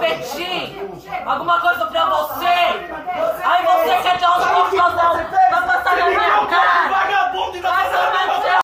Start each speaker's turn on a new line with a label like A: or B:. A: Betim! Alguma coisa pra você!